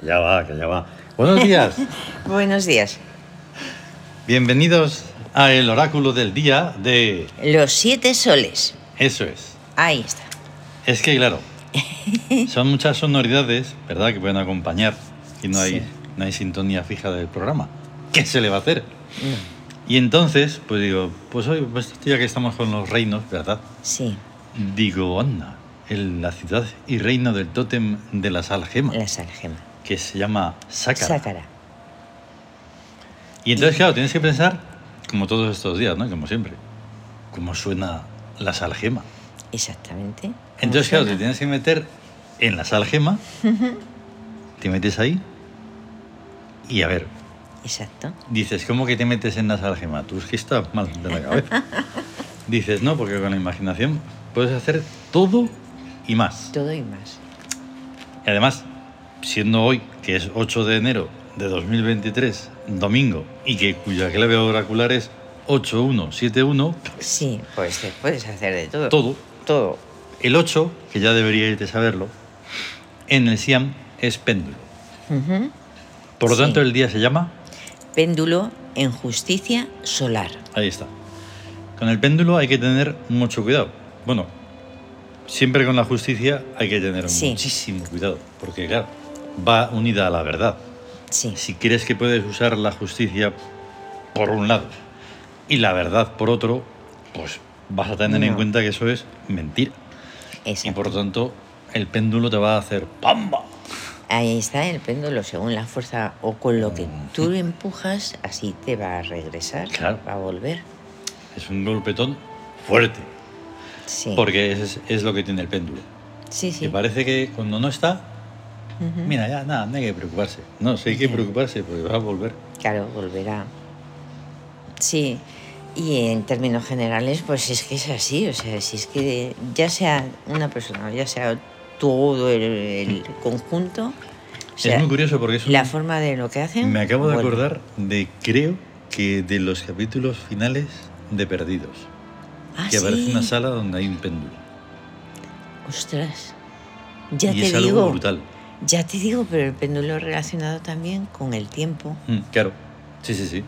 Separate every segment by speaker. Speaker 1: que ya va, que ya va. Buenos días.
Speaker 2: Buenos días.
Speaker 1: Bienvenidos a el oráculo del día de...
Speaker 2: Los siete soles.
Speaker 1: Eso es.
Speaker 2: Ahí está.
Speaker 1: Es que, claro, son muchas sonoridades, ¿verdad?, que pueden acompañar y no hay,
Speaker 2: Sí.
Speaker 1: no hay sintonía fija del programa. ¿Qué se le va a hacer? Y entonces, pues digo, pues hoy, pues ya que estamos con los reinos, ¿verdad?
Speaker 2: Sí,
Speaker 1: Digo, anda, en la ciudad y reino del tótem de las algemas,
Speaker 2: la salgema.
Speaker 1: que se llama Sácara.
Speaker 2: Sácara.
Speaker 1: Y entonces, claro, tienes que pensar, como todos estos días, ¿no? Como siempre, cómo suena la salgema.
Speaker 2: Exactamente.
Speaker 1: Entonces, claro, te
Speaker 2: ¿Cómo suena?
Speaker 1: tienes que meter en la salgema, te metes ahí y a ver,
Speaker 2: Exacto.
Speaker 1: dices, ¿cómo que te metes en la salgema? Tú es que estás mal de la cabeza. Dices, no, porque con la imaginación puedes hacer todo y más.
Speaker 2: Todo y más.
Speaker 1: Y además, siendo hoy, que es 8 de enero de 2023, domingo, y que cuya clave oracular es 8171,
Speaker 2: Sí, pues te puedes hacer de todo.
Speaker 1: todo,
Speaker 2: Todo.
Speaker 1: el 8, que ya deberíais de saberlo, en el Siam es péndulo.
Speaker 2: Ujú.
Speaker 1: Por lo
Speaker 2: Sí.
Speaker 1: tanto, el día se llama,
Speaker 2: Péndulo en justicia solar.
Speaker 1: ahí está. Con el péndulo hay que tener mucho cuidado. Bueno, siempre con la justicia hay que tener
Speaker 2: Sí.
Speaker 1: muchísimo cuidado, porque claro, va unida a la verdad.
Speaker 2: Sí,
Speaker 1: si crees que puedes usar la justicia por un lado y la verdad por otro, pues vas a tener en
Speaker 2: No.
Speaker 1: cuenta que eso es mentira. Y
Speaker 2: exacto.
Speaker 1: por lo tanto, el péndulo te va a hacer ¡pamba!
Speaker 2: Ahí está el péndulo, según la fuerza o con lo que tú empujas, así te va a regresar,
Speaker 1: Mm. Claro.
Speaker 2: va a volver.
Speaker 1: Es un golpetón fuerte,
Speaker 2: Sí.
Speaker 1: porque es, es lo que tiene el péndulo.
Speaker 2: sí, sí.
Speaker 1: Que parece que cuando no está,
Speaker 2: Ujú.
Speaker 1: mira, ya nada, no hay que preocuparse. No, sí hay que
Speaker 2: Ya.
Speaker 1: preocuparse porque va a volver.
Speaker 2: Claro, volverá. Sí, y en términos generales, pues es que es así, o sea, si es que ya sea una persona, o ya sea todo el, el conjunto, o sea,
Speaker 1: es muy curioso porque es un-
Speaker 2: la forma de lo que hacen.
Speaker 1: Me acabo de
Speaker 2: vuelve.
Speaker 1: acordar de, creo que de los capítulos finales de Perdidos.
Speaker 2: Ah,
Speaker 1: que aparece
Speaker 2: sí.
Speaker 1: una sala donde hay un péndulo.
Speaker 2: Ostras, ya
Speaker 1: y
Speaker 2: te
Speaker 1: es
Speaker 2: digo,
Speaker 1: algo brutal.
Speaker 2: ya te digo, pero el péndulo relacionado también con el tiempo.
Speaker 1: Mm, claro. Sí, sí, sí.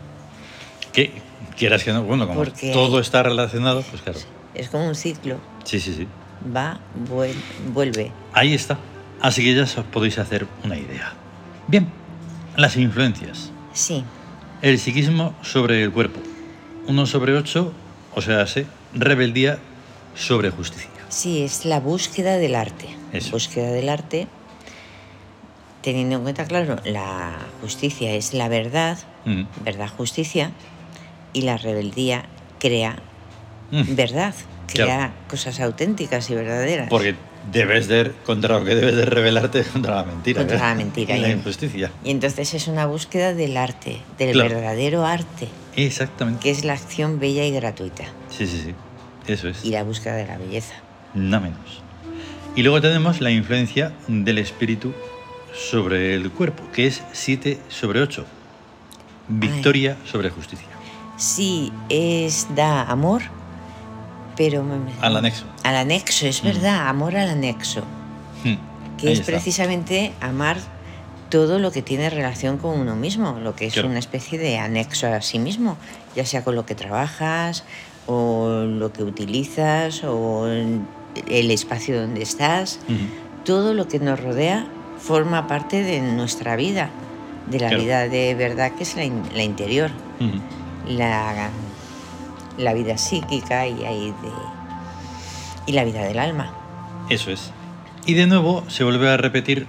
Speaker 1: Que quieras que no, bueno, como
Speaker 2: Porque
Speaker 1: todo
Speaker 2: hay-
Speaker 1: está relacionado, pues claro.
Speaker 2: Es como un ciclo,
Speaker 1: Sí, sí, sí.
Speaker 2: va, vuel- vuelve.
Speaker 1: Ahí está. Así que ya os podéis hacer una idea. Bien, las influencias.
Speaker 2: Sí,
Speaker 1: El psiquismo sobre el cuerpo. 1 sobre 8, o sea, se rebeldía sobre justicia.
Speaker 2: Sí, es la búsqueda del arte.
Speaker 1: Eso.
Speaker 2: Búsqueda del arte, teniendo en cuenta, claro, la justicia es la verdad,
Speaker 1: Mm.
Speaker 2: verdad, justicia, y la rebeldía crea
Speaker 1: Mm.
Speaker 2: verdad, crea
Speaker 1: Claro.
Speaker 2: cosas auténticas y verdaderas.
Speaker 1: Porque debes de, contra lo que debes de rebelarte es contra la mentira.
Speaker 2: Contra
Speaker 1: ¿verdad?
Speaker 2: la mentira, ¿eh?
Speaker 1: Y la
Speaker 2: ya.
Speaker 1: injusticia.
Speaker 2: Y entonces es una búsqueda del arte, del
Speaker 1: Claro.
Speaker 2: verdadero arte,
Speaker 1: Exactamente.
Speaker 2: que es la acción bella y gratuita,
Speaker 1: Sí, sí, sí. Eso es.
Speaker 2: y la búsqueda de la belleza.
Speaker 1: Nada menos. Y luego tenemos la influencia del espíritu sobre el cuerpo, que es 7 sobre 8. Victoria sobre justicia.
Speaker 2: Sí, es da amor, pero... me-
Speaker 1: Al anexo.
Speaker 2: Al anexo, es
Speaker 1: Mm.
Speaker 2: verdad, amor al anexo,
Speaker 1: Mm.
Speaker 2: que
Speaker 1: Ahí
Speaker 2: es
Speaker 1: está.
Speaker 2: precisamente amar todo lo que tiene relación con uno mismo, lo que es
Speaker 1: Claro.
Speaker 2: una especie de anexo a sí mismo, ya sea con lo que trabajas o lo que utilizas o el espacio donde estás,
Speaker 1: Mm.
Speaker 2: todo lo que nos rodea forma parte de nuestra vida, de la
Speaker 1: Claro.
Speaker 2: vida de verdad que es la, in- la interior,
Speaker 1: Mm.
Speaker 2: la, la vida psíquica y, ahí de- y la vida del alma.
Speaker 1: Eso es. Y de nuevo se vuelve a repetir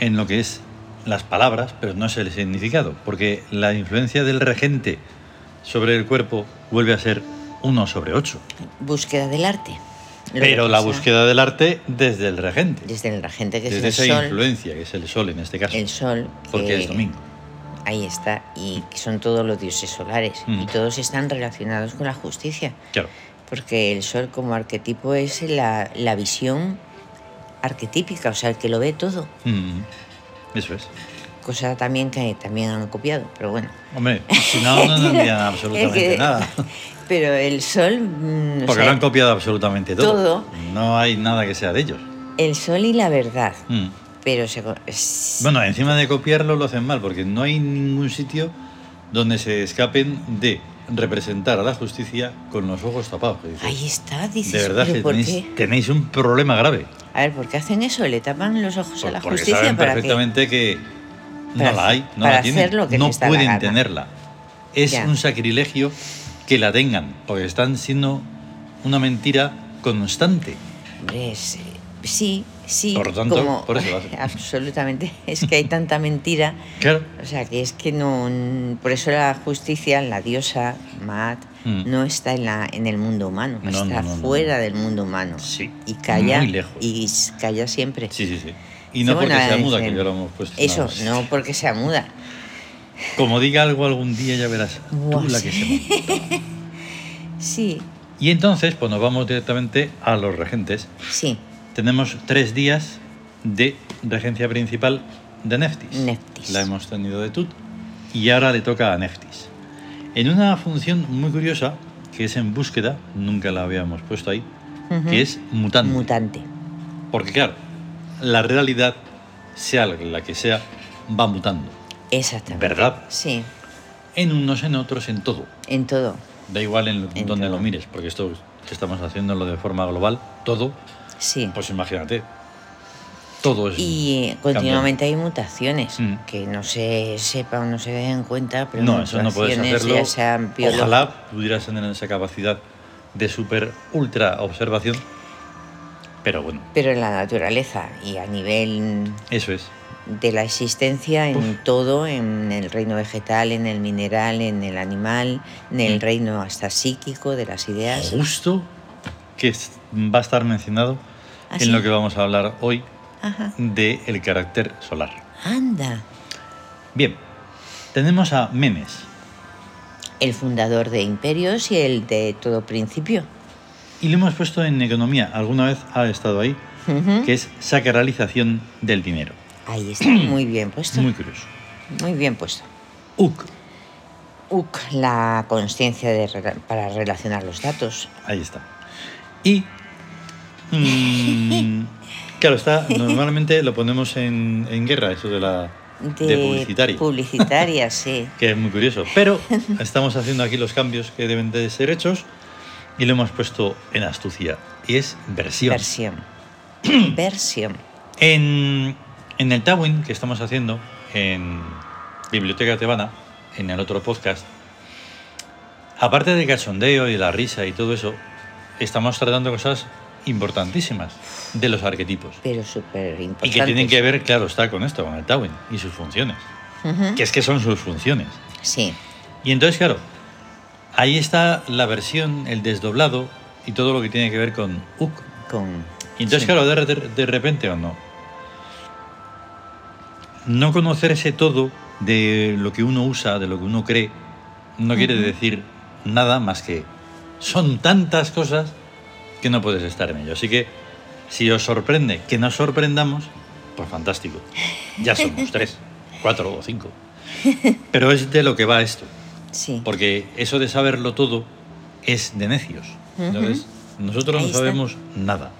Speaker 1: en lo que es las palabras, pero no es el significado, porque la influencia del regente sobre el cuerpo vuelve a ser 1 sobre 8.
Speaker 2: búsqueda del arte. Lo que
Speaker 1: Pero la
Speaker 2: pasa
Speaker 1: búsqueda del arte desde el regente,
Speaker 2: Desde la gente que es
Speaker 1: desde
Speaker 2: el
Speaker 1: esa
Speaker 2: sol,
Speaker 1: influencia, que es el sol en este caso,
Speaker 2: el sol.
Speaker 1: porque
Speaker 2: que
Speaker 1: es domingo.
Speaker 2: Ahí está, y que son todos los dioses solares,
Speaker 1: Mm.
Speaker 2: y todos están relacionados con la justicia,
Speaker 1: Claro,
Speaker 2: porque el sol como arquetipo es la, la visión arquetípica, o sea, el que lo ve todo,
Speaker 1: Mm, eso es.
Speaker 2: cosa también que también han copiado, pero bueno.
Speaker 1: Hombre, si no, no tendrían absolutamente
Speaker 2: Es que-
Speaker 1: nada.
Speaker 2: Pero el sol, mm, o
Speaker 1: Porque
Speaker 2: sea,
Speaker 1: lo han copiado absolutamente todo.
Speaker 2: todo.
Speaker 1: No hay nada que sea de ellos.
Speaker 2: el sol y la verdad,
Speaker 1: Mm,
Speaker 2: pero se... co- es-
Speaker 1: Bueno, encima de copiarlo lo hacen mal, porque no hay ningún sitio donde se escapen de representar a la justicia con los ojos tapados. que dices,
Speaker 2: Ahí está, dices,
Speaker 1: de verdad
Speaker 2: ¿pero
Speaker 1: que
Speaker 2: por
Speaker 1: tenéis,
Speaker 2: qué?
Speaker 1: tenéis un problema grave.
Speaker 2: A ver, ¿por qué hacen eso? ¿Le tapan los ojos a la
Speaker 1: porque
Speaker 2: justicia
Speaker 1: saben
Speaker 2: para que
Speaker 1: perfectamente que,
Speaker 2: para
Speaker 1: no la
Speaker 2: hacer-
Speaker 1: hay, no
Speaker 2: para
Speaker 1: la tienen,
Speaker 2: hacer lo que
Speaker 1: no
Speaker 2: les da la
Speaker 1: pueden
Speaker 2: gana.
Speaker 1: tenerla. Es
Speaker 2: Ya.
Speaker 1: un sacrilegio que la tengan, porque están siendo una mentira constante.
Speaker 2: Hombre, es- Pues, sí, sí.
Speaker 1: Por lo tanto,
Speaker 2: como-
Speaker 1: por eso lo hacen.
Speaker 2: Absolutamente. Es que hay tanta mentira.
Speaker 1: Claro,
Speaker 2: O sea, que es que no. Por eso la justicia, la diosa, Maat,
Speaker 1: Mm.
Speaker 2: no está en, la, en el mundo humano,
Speaker 1: No,
Speaker 2: está
Speaker 1: no, no, no.
Speaker 2: fuera del mundo humano.
Speaker 1: Sí,
Speaker 2: Y calla.
Speaker 1: muy lejos.
Speaker 2: Y s- calla siempre.
Speaker 1: sí, sí, sí. Y no
Speaker 2: Bueno,
Speaker 1: porque sea muda,
Speaker 2: dicen,
Speaker 1: que ya lo hemos puesto.
Speaker 2: Eso,
Speaker 1: nada más.
Speaker 2: no porque sea muda.
Speaker 1: Como diga algo algún día ya verás. Tú
Speaker 2: Buah,
Speaker 1: la que se monta.
Speaker 2: Sí,
Speaker 1: Y entonces, pues nos vamos directamente a los regentes.
Speaker 2: sí.
Speaker 1: Tenemos tres días de regencia principal de Neftis.
Speaker 2: Neftis.
Speaker 1: La hemos tenido de Tut y ahora le toca a Neftis. En una función muy curiosa, que es en búsqueda, nunca la habíamos puesto ahí,
Speaker 2: Ujú.
Speaker 1: que es mutante.
Speaker 2: Mutante.
Speaker 1: Porque claro, la realidad, sea la que sea, va mutando,
Speaker 2: Exactamente.
Speaker 1: ¿verdad?
Speaker 2: Sí,
Speaker 1: En unos, en otros, en todo.
Speaker 2: en todo.
Speaker 1: Da igual en, lo-
Speaker 2: En
Speaker 1: donde
Speaker 2: todo.
Speaker 1: lo mires, porque esto que estamos haciéndolo de forma global, todo,
Speaker 2: Sí.
Speaker 1: pues imagínate, todo es...
Speaker 2: Y eh, continuamente hay mutaciones
Speaker 1: Mm.
Speaker 2: que no se sepa o no se den cuenta, pero
Speaker 1: No, eso no puedes
Speaker 2: mutaciones,
Speaker 1: hacerlo.
Speaker 2: ya sean biolo-
Speaker 1: Ojalá pudieras tener esa capacidad de super ultra observación. Pero bueno,
Speaker 2: Pero en la naturaleza y a nivel
Speaker 1: eso es.
Speaker 2: de la existencia en
Speaker 1: Uf.
Speaker 2: todo, en el reino vegetal, en el mineral, en el animal, en el
Speaker 1: Mm.
Speaker 2: reino hasta psíquico de las ideas.
Speaker 1: Justo que es- va a estar mencionado
Speaker 2: ¿Ah,
Speaker 1: en
Speaker 2: sí?
Speaker 1: lo que vamos a hablar hoy
Speaker 2: Ajá.
Speaker 1: de el carácter solar.
Speaker 2: Anda,
Speaker 1: Bien, tenemos a Menes
Speaker 2: el fundador de imperios y el de todo principio.
Speaker 1: y lo hemos puesto en economía. Alguna vez ha estado ahí,
Speaker 2: Ujú.
Speaker 1: que es sacralización del dinero.
Speaker 2: Ahí está, muy bien puesto.
Speaker 1: Muy
Speaker 2: Muy,
Speaker 1: curioso.
Speaker 2: bien puesto.
Speaker 1: Uc,
Speaker 2: UC, la conciencia de rela- para relacionar los datos.
Speaker 1: Ahí está. Y. mm, claro, está. Normalmente lo ponemos en, en guerra, eso de la. de, publicitaria,
Speaker 2: publicitaria, sí.
Speaker 1: que es muy curioso. Pero estamos haciendo aquí los cambios que deben de ser hechos y lo hemos puesto en astucia. Y es versión.
Speaker 2: Versión. Versión.
Speaker 1: En, en el Tawin que estamos haciendo en Biblioteca Tebana, en el otro podcast, aparte del cachondeo y la risa y todo eso, estamos tratando cosas importantísimas de los arquetipos.
Speaker 2: Pero súper importante.
Speaker 1: Y que tienen que ver, claro, está con esto, con el Tawin y sus funciones. Que es que son sus funciones.
Speaker 2: Sí,
Speaker 1: Y entonces, claro, ahí está la versión, el desdoblado y todo lo que tiene que ver con Uk,
Speaker 2: con.
Speaker 1: y entonces,
Speaker 2: sí.
Speaker 1: claro, de, de- de repente o no. No conocerse todo de lo que uno usa, de lo que uno cree, no quiere
Speaker 2: Ujú.
Speaker 1: decir nada más que son tantas cosas que no puedes estar en ello. Así que si os sorprende que nos sorprendamos, pues fantástico. Ya somos tres, cuatro o cinco. Pero es de lo que va esto.
Speaker 2: Sí.
Speaker 1: Porque eso de saberlo todo es de necios.
Speaker 2: Ujú.
Speaker 1: Entonces, nosotros
Speaker 2: Ahí
Speaker 1: no
Speaker 2: está.
Speaker 1: sabemos nada.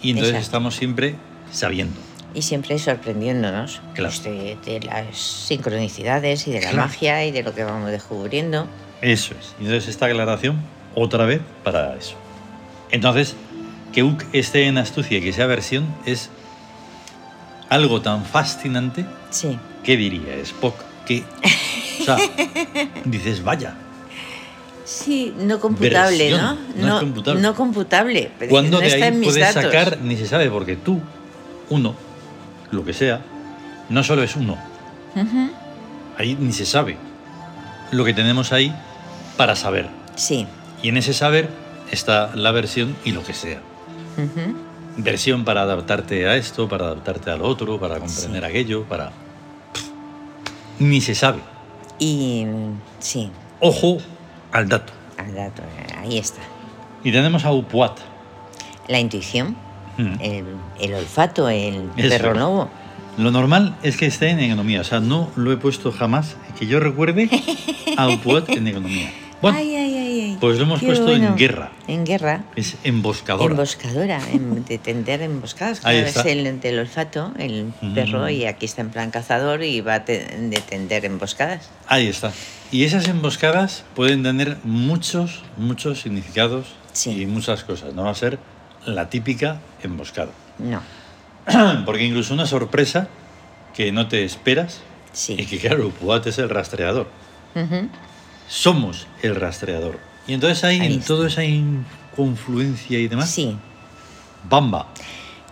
Speaker 1: Y entonces
Speaker 2: Exacto.
Speaker 1: estamos siempre sabiendo.
Speaker 2: Y siempre sorprendiéndonos
Speaker 1: Claro.
Speaker 2: pues, de, de las sincronicidades y de la
Speaker 1: Claro.
Speaker 2: magia y de lo que vamos descubriendo.
Speaker 1: Eso es. Y entonces esta aclaración, otra vez, para eso. Entonces, que UC esté en astucia y que sea versión es algo tan fascinante
Speaker 2: Sí,
Speaker 1: que diría Spock que... O sea, dices, vaya,
Speaker 2: sí, no computable,
Speaker 1: Versión.
Speaker 2: ¿no?
Speaker 1: No es computable.
Speaker 2: No computable. pero
Speaker 1: Cuando
Speaker 2: no
Speaker 1: de
Speaker 2: está
Speaker 1: ahí
Speaker 2: en mis
Speaker 1: puedes
Speaker 2: datos.
Speaker 1: sacar ni se sabe, porque tú, uno, lo que sea, no solo es uno,
Speaker 2: Ujú.
Speaker 1: ahí ni se sabe lo que tenemos ahí para saber.
Speaker 2: Sí.
Speaker 1: Y en ese saber está la versión y lo que sea.
Speaker 2: Ujú.
Speaker 1: Versión para adaptarte a esto, para adaptarte al otro, para comprender
Speaker 2: Sí.
Speaker 1: aquello, para... Ni se sabe.
Speaker 2: Y mm, sí,
Speaker 1: Ojo al dato.
Speaker 2: al dato, ahí está.
Speaker 1: Y tenemos a Upuat.
Speaker 2: La intuición,
Speaker 1: Mm.
Speaker 2: el, el olfato, el
Speaker 1: Eso
Speaker 2: perro
Speaker 1: es.
Speaker 2: lobo.
Speaker 1: Lo normal es que esté en economía, o sea, no lo he puesto jamás, que yo recuerde, a Upuat en economía. Bueno,
Speaker 2: ay, ay, ay, ay, ay.
Speaker 1: Pues lo hemos
Speaker 2: qué
Speaker 1: puesto
Speaker 2: bueno.
Speaker 1: en guerra.
Speaker 2: En guerra.
Speaker 1: Es emboscadora.
Speaker 2: Emboscadora, en- de tender emboscadas.
Speaker 1: Ahí
Speaker 2: Claro, es
Speaker 1: está.
Speaker 2: el del olfato, el
Speaker 1: Mm.
Speaker 2: perro, y aquí está en plan cazador y va a te- de tender emboscadas.
Speaker 1: Ahí está. Y esas emboscadas pueden tener muchos, muchos significados
Speaker 2: Sí.
Speaker 1: y muchas cosas. No va a ser la típica emboscada.
Speaker 2: No,
Speaker 1: Porque incluso una sorpresa que no te esperas
Speaker 2: sí.
Speaker 1: y que, claro, Puat es el rastreador.
Speaker 2: Ujú.
Speaker 1: Somos el rastreador. Y entonces ahí,
Speaker 2: Ahí
Speaker 1: en
Speaker 2: está.
Speaker 1: toda esa in- confluencia y demás,
Speaker 2: Sí,
Speaker 1: bamba.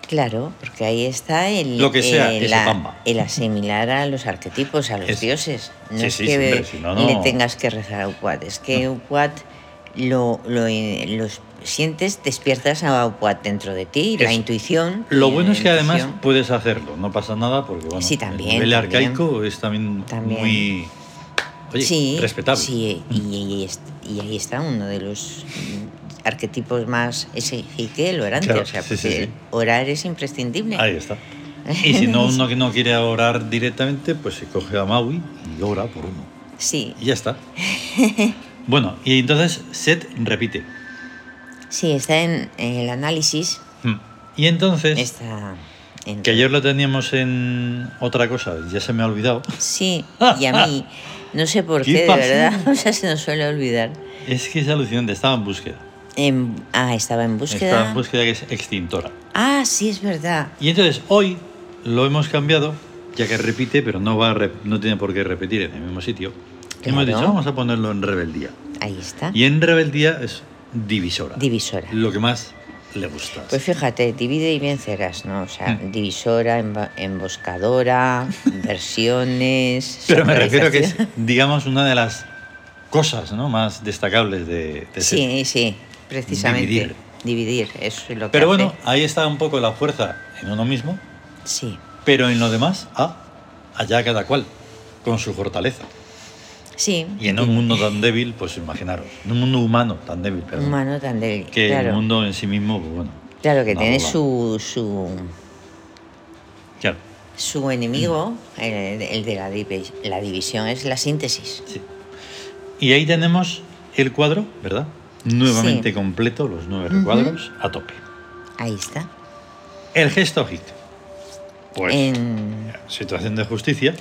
Speaker 2: claro, porque ahí está el,
Speaker 1: Lo que sea,
Speaker 2: el,
Speaker 1: ese
Speaker 2: a-
Speaker 1: Bamba.
Speaker 2: el asimilar a los arquetipos, a los
Speaker 1: Es-
Speaker 2: dioses. No
Speaker 1: sí,
Speaker 2: es
Speaker 1: sí,
Speaker 2: que
Speaker 1: siempre, si no,
Speaker 2: le
Speaker 1: no.
Speaker 2: tengas que rezar a Upuat, es que Upuat lo, lo, los sientes, despiertas a Upuat dentro de ti, la
Speaker 1: Es-
Speaker 2: intuición.
Speaker 1: Lo
Speaker 2: y
Speaker 1: bueno
Speaker 2: la
Speaker 1: es que además
Speaker 2: intuición.
Speaker 1: puedes hacerlo, no pasa nada porque bueno,
Speaker 2: Sí, también,
Speaker 1: el nivel
Speaker 2: también.
Speaker 1: arcaico es también,
Speaker 2: También.
Speaker 1: muy oye, respetable.
Speaker 2: Sí, y, ahí es- y ahí está uno de los mm, arquetipos más ese que el orante.
Speaker 1: Claro,
Speaker 2: o sea,
Speaker 1: sí, sí,
Speaker 2: porque
Speaker 1: sí.
Speaker 2: orar es imprescindible.
Speaker 1: Ahí está. Y si no uno que no quiere orar directamente, pues se coge a Maui y ora por uno.
Speaker 2: Sí,
Speaker 1: Y ya está. Bueno, y entonces Set repite.
Speaker 2: sí, está en el análisis.
Speaker 1: Mm. Y entonces,
Speaker 2: Está en-
Speaker 1: que ayer lo teníamos en otra cosa, ya se me ha olvidado,
Speaker 2: Sí, y a mí, no sé por
Speaker 1: ¿Qué
Speaker 2: qué, de
Speaker 1: pasa?
Speaker 2: verdad, o sea, se nos suele olvidar.
Speaker 1: es que es alucinante, estaba en búsqueda.
Speaker 2: En- ah, estaba en búsqueda.
Speaker 1: Estaba en búsqueda que es extintora.
Speaker 2: Ah, sí, es verdad.
Speaker 1: Y entonces hoy lo hemos cambiado, ya que repite, pero no, va a rep- no tiene por qué repetir en el mismo sitio. Hemos
Speaker 2: Claro.
Speaker 1: dicho, vamos a ponerlo en rebeldía.
Speaker 2: Ahí está.
Speaker 1: Y en rebeldía es divisora.
Speaker 2: Divisora.
Speaker 1: lo que más le gusta.
Speaker 2: Pues fíjate, divide y vencerás, ¿no? O sea,
Speaker 1: Mm.
Speaker 2: divisora, emba- emboscadora, versiones.
Speaker 1: pero me refiero que es,
Speaker 2: sacralización.
Speaker 1: digamos, una de las cosas ¿no? más destacables de, este de ser.
Speaker 2: Sí, sí, precisamente.
Speaker 1: Dividir.
Speaker 2: Dividir. eso es lo que
Speaker 1: Pero
Speaker 2: hace.
Speaker 1: bueno, ahí está un poco la fuerza en uno mismo,
Speaker 2: Sí,
Speaker 1: pero en lo demás, ah, allá cada cual, con su fortaleza.
Speaker 2: sí.
Speaker 1: Y en un mundo tan débil, pues imaginaros, en un mundo humano tan débil, perdón,
Speaker 2: humano tan débil.
Speaker 1: que
Speaker 2: claro,
Speaker 1: el mundo en sí mismo, pues bueno,
Speaker 2: claro que
Speaker 1: no
Speaker 2: tiene
Speaker 1: va.
Speaker 2: su, su,
Speaker 1: claro,
Speaker 2: su enemigo, el, el de la, divi- la división, es la síntesis.
Speaker 1: sí. Y ahí tenemos el cuadro, ¿verdad? Nuevamente
Speaker 2: Sí.
Speaker 1: completo, los nueve
Speaker 2: Ujú.
Speaker 1: cuadros, a tope.
Speaker 2: Ahí está.
Speaker 1: El gesto hic. Pues,
Speaker 2: En-
Speaker 1: situación de justicia.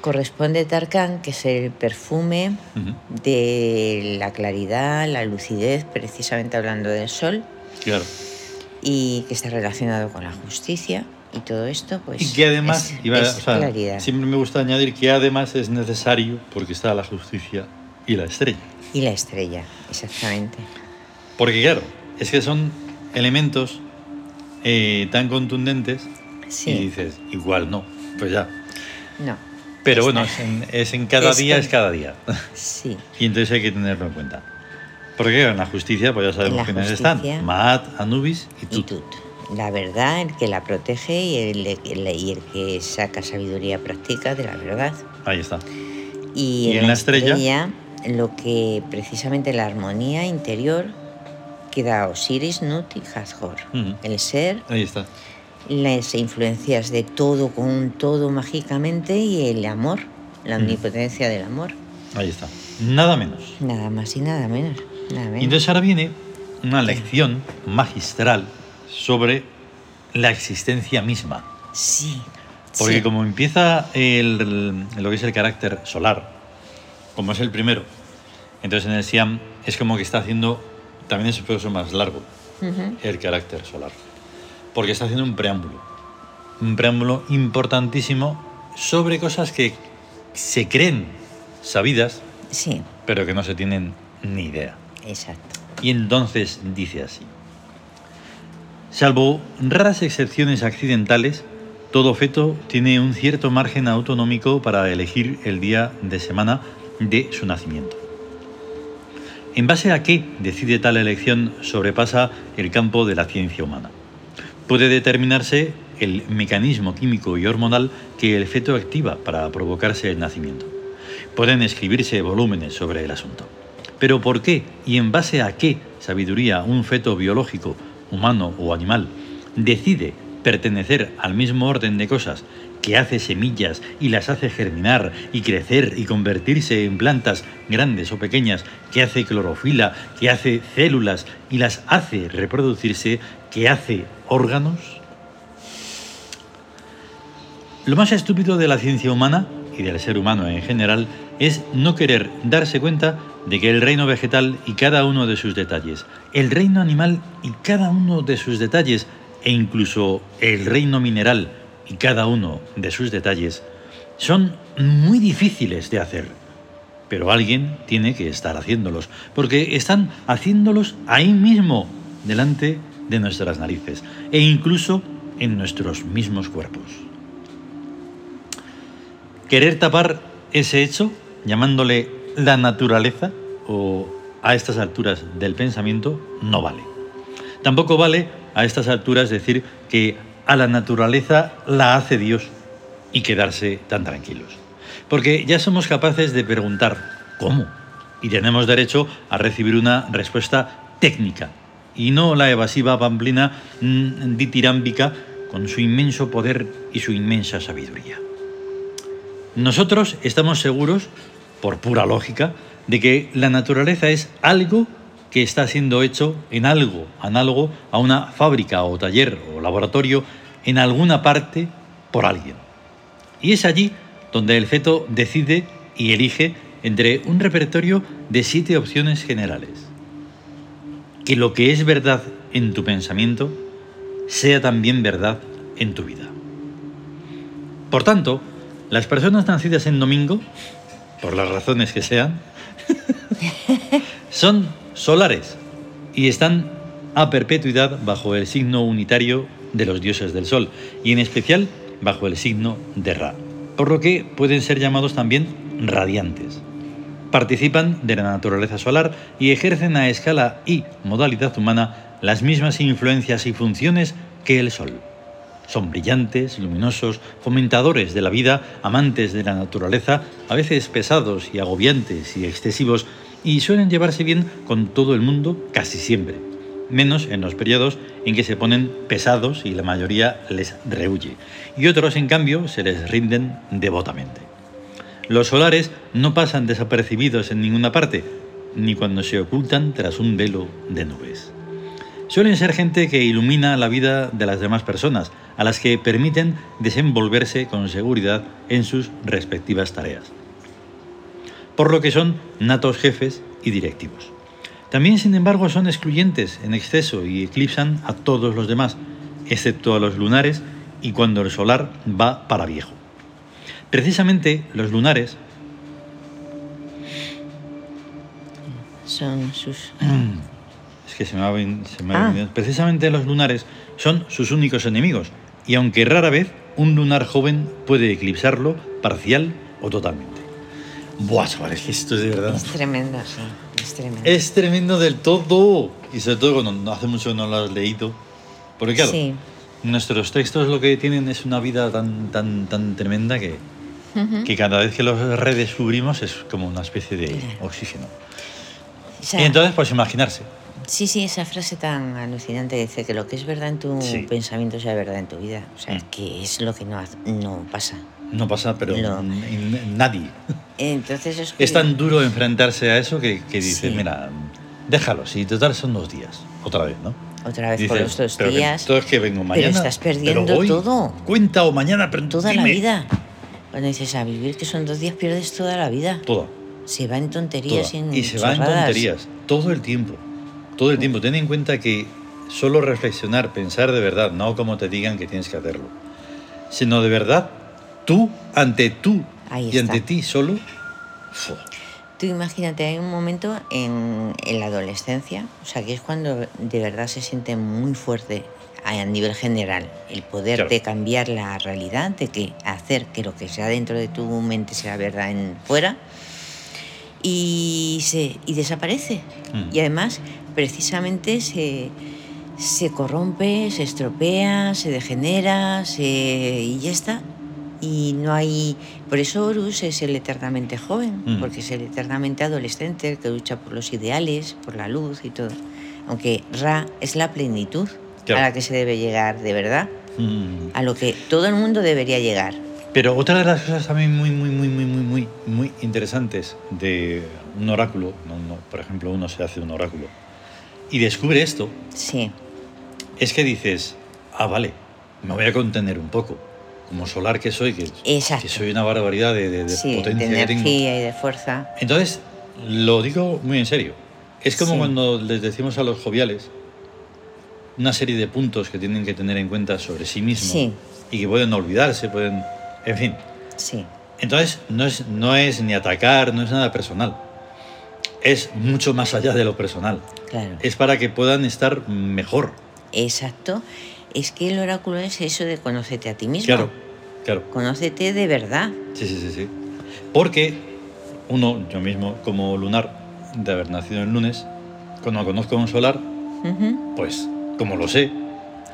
Speaker 2: corresponde Tarkan, que es el perfume
Speaker 1: Ujú,
Speaker 2: de la claridad, la lucidez, precisamente hablando del sol,
Speaker 1: Claro.
Speaker 2: y que está relacionado con la justicia y todo esto, pues.
Speaker 1: Y que además,
Speaker 2: es,
Speaker 1: iba a-
Speaker 2: es
Speaker 1: o sea,
Speaker 2: claridad.
Speaker 1: siempre me gusta añadir que además es necesario porque está la justicia y la estrella.
Speaker 2: Y la estrella, exactamente.
Speaker 1: Porque claro, es que son elementos eh, tan contundentes y
Speaker 2: Sí.
Speaker 1: dices, igual no, pues ya.
Speaker 2: No.
Speaker 1: Pero
Speaker 2: Está.
Speaker 1: bueno, es en, es en cada
Speaker 2: Es
Speaker 1: día,
Speaker 2: con-
Speaker 1: es cada día.
Speaker 2: Sí.
Speaker 1: y entonces hay que tenerlo en cuenta. Porque claro, en la justicia, pues ya sabemos
Speaker 2: la
Speaker 1: quiénes
Speaker 2: justicia.
Speaker 1: están. Maat, Anubis y
Speaker 2: Y
Speaker 1: Tut.
Speaker 2: Tut. La verdad, el que la protege y el, el- y el que saca sabiduría práctica de la verdad.
Speaker 1: Ahí está.
Speaker 2: Y, en la estrella, lo que precisamente la armonía interior que da Osiris, Nut y Hathor.
Speaker 1: Ujú.
Speaker 2: El ser,
Speaker 1: Ahí está.
Speaker 2: las influencias de todo con un todo mágicamente y el amor, la
Speaker 1: Mm.
Speaker 2: omnipotencia del amor.
Speaker 1: Ahí está. Nada menos.
Speaker 2: Nada más y nada menos. Nada menos.
Speaker 1: Y entonces ahora viene una lección magistral sobre la existencia misma.
Speaker 2: sí.
Speaker 1: Porque
Speaker 2: sí,
Speaker 1: como empieza el- lo que es el carácter solar, como es el primero, entonces en el Siam es como que está haciendo, también es un proceso más largo,
Speaker 2: ujú,
Speaker 1: el carácter solar. Porque está haciendo un preámbulo. Un preámbulo importantísimo sobre cosas que se creen sabidas,
Speaker 2: Sí,
Speaker 1: pero que no se tienen ni idea.
Speaker 2: exacto.
Speaker 1: Y entonces dice así. Salvo raras excepciones accidentales, todo feto tiene un cierto margen autonómico para elegir el día de semana de su nacimiento. En base a qué decide tal elección sobrepasa el campo de la ciencia humana. Puede determinarse el mecanismo químico y hormonal que el feto activa para provocarse el nacimiento. Pueden escribirse volúmenes sobre el asunto. Pero ¿por qué y en base a qué sabiduría un feto biológico, humano o animal decide pertenecer al mismo orden de cosas que hace semillas y las hace germinar y crecer y convertirse en plantas grandes o pequeñas, que hace clorofila, que hace células y las hace reproducirse, que hace órganos? Lo más estúpido de la ciencia humana y del ser humano en general es no querer darse cuenta de que el reino vegetal y cada uno de sus detalles, el reino animal y cada uno de sus detalles, e incluso el reino mineral y cada uno de sus detalles, son muy difíciles de hacer. Pero alguien tiene que estar haciéndolos, porque están haciéndolos ahí mismo, delante de nuestras narices, e incluso en nuestros mismos cuerpos. Querer tapar ese hecho, llamándole la naturaleza o a estas alturas del pensamiento, no vale. Tampoco vale a estas alturas decir que a la naturaleza la hace Dios y quedarse tan tranquilos. Porque ya somos capaces de preguntar cómo y tenemos derecho a recibir una respuesta técnica y no la evasiva pamplina mmm, ditirámbica con su inmenso poder y su inmensa sabiduría. Nosotros estamos seguros, por pura lógica, de que la naturaleza es algo que está siendo hecho en algo análogo a una fábrica o taller o laboratorio en alguna parte por alguien. Y es allí donde el feto decide y elige entre un repertorio de siete opciones generales. Que lo que es verdad en tu pensamiento sea también verdad en tu vida. Por tanto, las personas nacidas en domingo, por las razones que sean, son solares y están a perpetuidad bajo el signo unitario de los dioses del sol y en especial bajo el signo de Ra, por lo que pueden ser llamados también radiantes. Participan de la naturaleza solar y ejercen a escala y modalidad humana las mismas influencias y funciones que el sol. Son brillantes, luminosos, fomentadores de la vida, amantes de la naturaleza, a veces pesados y agobiantes y excesivos, y suelen llevarse bien con todo el mundo casi siempre, menos en los periodos en que se ponen pesados y la mayoría les rehuye, y otros en cambio se les rinden devotamente. Los solares no pasan desapercibidos en ninguna parte, ni cuando se ocultan tras un velo de nubes. Suelen ser gente que ilumina la vida de las demás personas, a las que permiten desenvolverse con seguridad en sus respectivas tareas. Por lo que son natos jefes y directivos. También, sin embargo, son excluyentes en exceso y eclipsan a todos los demás, excepto a los lunares y cuando el solar va para viejo. Precisamente los lunares...
Speaker 2: Son sus...
Speaker 1: Es que se me va, ven- se
Speaker 2: Ah.
Speaker 1: me va venido. Precisamente los lunares son sus únicos enemigos, y aunque rara vez un lunar joven puede eclipsarlo parcial o totalmente. Buah, chavales, que esto es de verdad.
Speaker 2: Es tremendo, sí. Es tremendo.
Speaker 1: Es tremendo del todo. Y sobre todo cuando no- hace mucho que no lo has leído. Porque claro,
Speaker 2: Sí.
Speaker 1: nuestros textos lo que tienen es una vida tan, tan, tan tremenda que,
Speaker 2: Ujú.
Speaker 1: que cada vez que los redescubrimos es como una especie de
Speaker 2: Claro.
Speaker 1: oxígeno.
Speaker 2: Esa-
Speaker 1: Y entonces, pues imaginarse.
Speaker 2: sí, sí, esa frase tan alucinante dice que lo que es verdad en tu
Speaker 1: Sí.
Speaker 2: pensamiento sea verdad en tu vida. O sea,
Speaker 1: Mm.
Speaker 2: que es lo que no, haz- no pasa.
Speaker 1: No pasa, pero
Speaker 2: No.
Speaker 1: n- n- nadie.
Speaker 2: Entonces es,
Speaker 1: Es tan duro enfrentarse a eso que, que dices,
Speaker 2: Sí.
Speaker 1: mira, déjalo, si total son dos días. Otra vez, ¿no?
Speaker 2: otra vez por
Speaker 1: Dices,
Speaker 2: los dos
Speaker 1: pero que
Speaker 2: días,
Speaker 1: entonces que vengo mañana.
Speaker 2: estás perdiendo
Speaker 1: hoy,
Speaker 2: todo.
Speaker 1: Cuenta o mañana, pero
Speaker 2: toda la
Speaker 1: dime.
Speaker 2: vida. Cuando dices a vivir que son dos días, pierdes toda la vida.
Speaker 1: Toda.
Speaker 2: Se va en
Speaker 1: Toda.
Speaker 2: tonterías. en
Speaker 1: y se van
Speaker 2: chorradas.
Speaker 1: tonterías todo el tiempo todo el tiempo ten en cuenta que solo reflexionar pensar de verdad no como te digan que tienes que hacerlo sino de verdad tú ante tú
Speaker 2: Ahí
Speaker 1: y
Speaker 2: está.
Speaker 1: ante ti solo fu-
Speaker 2: Tú imagínate, hay un momento en, en la adolescencia, o sea, que es cuando de verdad se siente muy fuerte a, a nivel general el poder
Speaker 1: Claro.
Speaker 2: de cambiar la realidad, de que hacer que lo que sea dentro de tu mente sea verdad en fuera, y, se, y desaparece.
Speaker 1: Mm.
Speaker 2: Y además, precisamente se, se corrompe, se estropea, se degenera, se, y ya está. Y no hay. Por eso Horus es el eternamente joven,
Speaker 1: Mm.
Speaker 2: porque es el eternamente adolescente, el que lucha por los ideales, por la luz y todo. Aunque Ra es la plenitud
Speaker 1: Claro.
Speaker 2: a la que se debe llegar de verdad.
Speaker 1: Mm.
Speaker 2: a lo que todo el mundo debería llegar.
Speaker 1: Pero otra de las cosas también muy, muy, muy, muy, muy, muy, muy interesantes de un oráculo, no, no, por ejemplo, uno se hace un oráculo y descubre esto,
Speaker 2: Sí,
Speaker 1: es que dices, ah, vale, me voy a contener un poco. Como solar que soy, que,
Speaker 2: Exacto.
Speaker 1: que soy una barbaridad de, de- de
Speaker 2: sí, de
Speaker 1: potencia que tengo.
Speaker 2: energía y de fuerza.
Speaker 1: Entonces, lo digo muy en serio. Es como
Speaker 2: Sí.
Speaker 1: cuando les decimos a los joviales una serie de puntos que tienen que tener en cuenta sobre sí mismos
Speaker 2: Sí.
Speaker 1: y que pueden olvidarse, pueden... En fin,
Speaker 2: Sí,
Speaker 1: entonces no es, no es ni atacar, no es nada personal. Es mucho más allá de lo personal.
Speaker 2: claro.
Speaker 1: Es para que puedan estar mejor.
Speaker 2: Exacto. Es que el oráculo es eso de conócete a ti mismo.
Speaker 1: Claro, claro.
Speaker 2: Conócete de verdad.
Speaker 1: Sí, sí, sí, sí. Porque uno, yo mismo, como lunar, de haber nacido el lunes, cuando conozco a un solar,
Speaker 2: Ujú,
Speaker 1: pues como lo sé,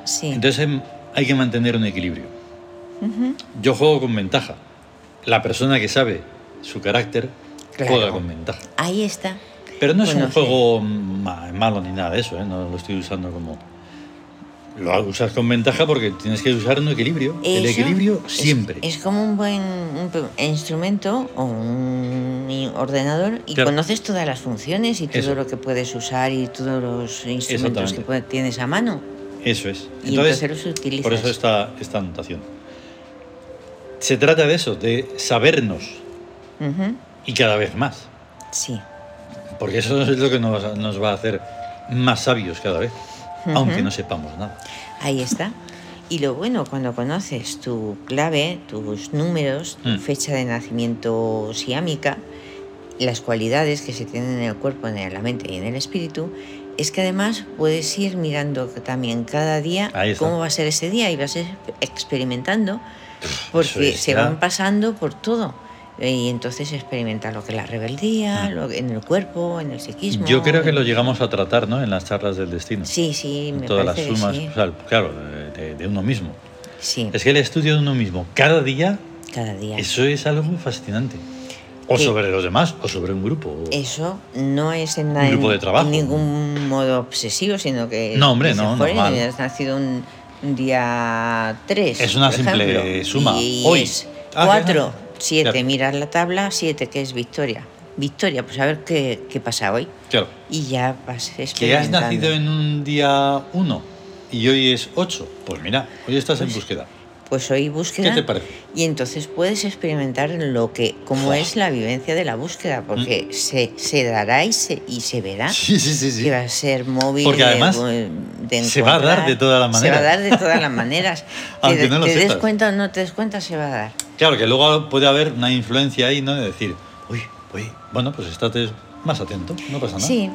Speaker 2: Sí.
Speaker 1: entonces em, hay que mantener un equilibrio.
Speaker 2: Ujú,
Speaker 1: Yo juego con ventaja. La persona que sabe su carácter
Speaker 2: Claro.
Speaker 1: juega con ventaja.
Speaker 2: Ahí está.
Speaker 1: Pero no es
Speaker 2: Bueno,
Speaker 1: un
Speaker 2: sí.
Speaker 1: juego ma- malo ni nada de eso, ¿eh? no lo estoy usando como... Lo usas con ventaja porque tienes que usar un equilibrio. el
Speaker 2: Eso
Speaker 1: equilibrio
Speaker 2: es-
Speaker 1: siempre.
Speaker 2: Es, como un buen un pe- instrumento o un i- ordenador y
Speaker 1: Claro.
Speaker 2: conoces todas las funciones y todo
Speaker 1: Eso.
Speaker 2: lo que puedes usar y todos los instrumentos que
Speaker 1: Exactamente.
Speaker 2: puede- tienes a mano.
Speaker 1: Eso es.
Speaker 2: Y entonces los utilizas.
Speaker 1: Por eso está esta anotación. Se trata de eso, de sabernos
Speaker 2: Ujú,
Speaker 1: y cada vez más.
Speaker 2: Sí,
Speaker 1: Porque eso es lo que nos, nos va a hacer más sabios cada vez, aunque no sepamos nada.
Speaker 2: ahí está. Y lo bueno, cuando conoces tu clave, tus números, tu
Speaker 1: Mm.
Speaker 2: fecha de nacimiento siámica, las cualidades que se tienen en el cuerpo, en la mente y en el espíritu, es que además puedes ir mirando también cada día
Speaker 1: Ahí está.
Speaker 2: cómo va a ser ese día y vas ex- experimentando porque
Speaker 1: eso es,
Speaker 2: se
Speaker 1: ya.
Speaker 2: van pasando por todo. Y entonces experimentas lo que es la rebeldía,
Speaker 1: Mm.
Speaker 2: lo que- en el cuerpo, en el psiquismo.
Speaker 1: Yo creo que
Speaker 2: en-
Speaker 1: lo llegamos a tratar ¿no? en las charlas del destino.
Speaker 2: Sí, sí, me
Speaker 1: Todas las
Speaker 2: parece
Speaker 1: sumas,
Speaker 2: que sí.
Speaker 1: o sea, claro, de- de, de uno mismo.
Speaker 2: Sí,
Speaker 1: Es que el estudio de uno mismo, cada día,
Speaker 2: cada día.
Speaker 1: eso es algo fascinante. O
Speaker 2: Sí.
Speaker 1: sobre los demás, o sobre un grupo. o-
Speaker 2: Eso no es en, nada-
Speaker 1: Un grupo de trabajo.
Speaker 2: en ningún modo obsesivo, sino que.
Speaker 1: No, hombre,
Speaker 2: dices,
Speaker 1: no,
Speaker 2: "Joder,
Speaker 1: normal".
Speaker 2: has nacido un un día 3.
Speaker 1: Es una simple suma. Hoy.
Speaker 2: Hoy.
Speaker 1: Ah,
Speaker 2: 4,
Speaker 1: claro.
Speaker 2: 7,
Speaker 1: Claro.
Speaker 2: mirar la tabla, 7, que es victoria. Victoria, pues a ver qué, qué pasa hoy.
Speaker 1: Claro.
Speaker 2: Y ya vas
Speaker 1: Que has
Speaker 2: experimentando.
Speaker 1: nacido en un día 1 y hoy es 8. Pues mira, hoy estás en búsqueda.
Speaker 2: Pues hoy búsqueda.
Speaker 1: ¿Qué te parece?
Speaker 2: Y entonces puedes experimentar lo que, cómo
Speaker 1: Fua. Mm.
Speaker 2: es la vivencia de la búsqueda, porque se, se dará y se, y se verá.
Speaker 1: Sí, sí, sí, sí.
Speaker 2: que ¿Ah? va a ser móvil
Speaker 1: Porque
Speaker 2: de-
Speaker 1: además
Speaker 2: de
Speaker 1: se va a dar
Speaker 2: encontrar,
Speaker 1: de todas las
Speaker 2: se va a
Speaker 1: maneras.
Speaker 2: dar de todas las maneras te,
Speaker 1: Aunque no lo
Speaker 2: te des
Speaker 1: sepas.
Speaker 2: cuenta o no te des cuenta se va a dar
Speaker 1: Claro, que luego puede haber una influencia ahí, ¿no? De decir, uy, uy, bueno, pues estate más atento, Ah, no pasa nada.
Speaker 2: sí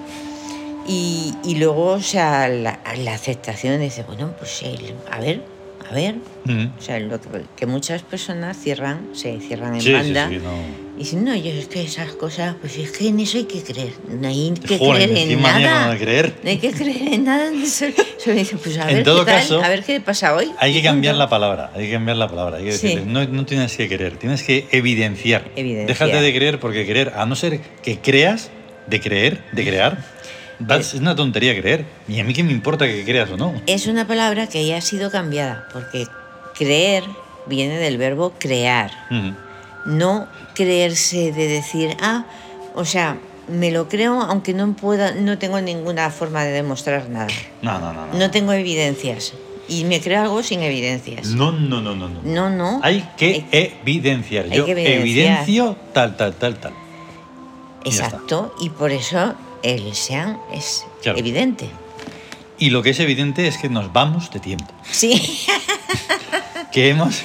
Speaker 2: y, y luego o sea la, la aceptación dice bueno pues el- a ver a ver
Speaker 1: Mm.
Speaker 2: o sea lo que, que muchas personas cierran se cierran en
Speaker 1: Sí, sí,
Speaker 2: banda
Speaker 1: sí, no.
Speaker 2: y dicen no yo es que esas cosas pues es que en eso hay que creer no hay que
Speaker 1: Joder,
Speaker 2: creer en
Speaker 1: encima ni
Speaker 2: nada
Speaker 1: nada de creer.
Speaker 2: no hay que creer en nada eso- eso me dice, pues a
Speaker 1: En
Speaker 2: ver
Speaker 1: todo
Speaker 2: qué tal,
Speaker 1: caso,
Speaker 2: a ver qué pasa hoy
Speaker 1: Hay que
Speaker 2: y punto.
Speaker 1: cambiar la palabra, hay que cambiar la palabra. Hay que
Speaker 2: Sí.
Speaker 1: decirle, no, no tienes que creer, tienes que evidenciar.
Speaker 2: Evidenciar.
Speaker 1: Déjate de creer porque creer, a no ser que creas, de creer, de crear, vas-
Speaker 2: Eh.
Speaker 1: es una tontería creer. Y a mí que me importa que creas o no.
Speaker 2: Es una palabra que ya ha sido cambiada, porque creer viene del verbo crear,
Speaker 1: Ujú.
Speaker 2: no creerse de decir, ah, o sea, me lo creo aunque no pueda, no tengo ninguna forma de demostrar nada,
Speaker 1: No, no, no. No,
Speaker 2: no tengo evidencias y me creo algo sin evidencias.
Speaker 1: no, no, no. no, no.
Speaker 2: No, no.
Speaker 1: Hay que
Speaker 2: Hay-
Speaker 1: evidenciar.
Speaker 2: hay
Speaker 1: Yo
Speaker 2: que evidenciar.
Speaker 1: evidencio tal, tal, tal, tal. ya está.
Speaker 2: Exacto, y por eso el sean es
Speaker 1: Claro.
Speaker 2: evidente.
Speaker 1: Y lo que es evidente es que nos vamos de tiempo.
Speaker 2: Sí,
Speaker 1: Que hemos,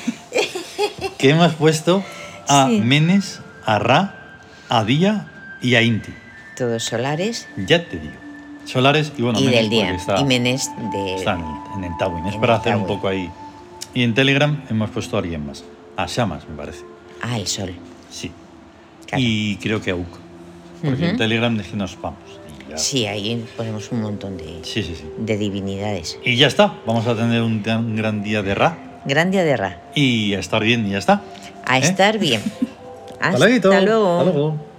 Speaker 1: que hemos puesto a
Speaker 2: Sí.
Speaker 1: Menes, a Ra, a Día y a Inti.
Speaker 2: todos solares
Speaker 1: Ya te digo. Solares y bueno,
Speaker 2: y
Speaker 1: Menes
Speaker 2: del
Speaker 1: porque
Speaker 2: día.
Speaker 1: está,
Speaker 2: y Menes de...
Speaker 1: está en, el- en el Tawin. Es
Speaker 2: en
Speaker 1: para
Speaker 2: el
Speaker 1: hacer un
Speaker 2: Tawin.
Speaker 1: poco ahí. Y en Telegram hemos puesto a alguien más. A Shamas, me parece.
Speaker 2: Ah, el sol.
Speaker 1: Sí.
Speaker 2: claro.
Speaker 1: Y creo que a Uco. Porque en
Speaker 2: Ujú.
Speaker 1: Telegram es que nos vamos. Y ya-
Speaker 2: Sí, ahí ponemos un montón de,
Speaker 1: sí, sí, sí.
Speaker 2: de divinidades.
Speaker 1: Y ya está, vamos a tener un, gran- un gran día de Ra
Speaker 2: Gran día de Ra.
Speaker 1: y a estar bien y ya está.
Speaker 2: A
Speaker 1: ¿Eh?
Speaker 2: estar bien.
Speaker 1: Hasta luego.
Speaker 2: Hasta luego.
Speaker 1: Hasta luego.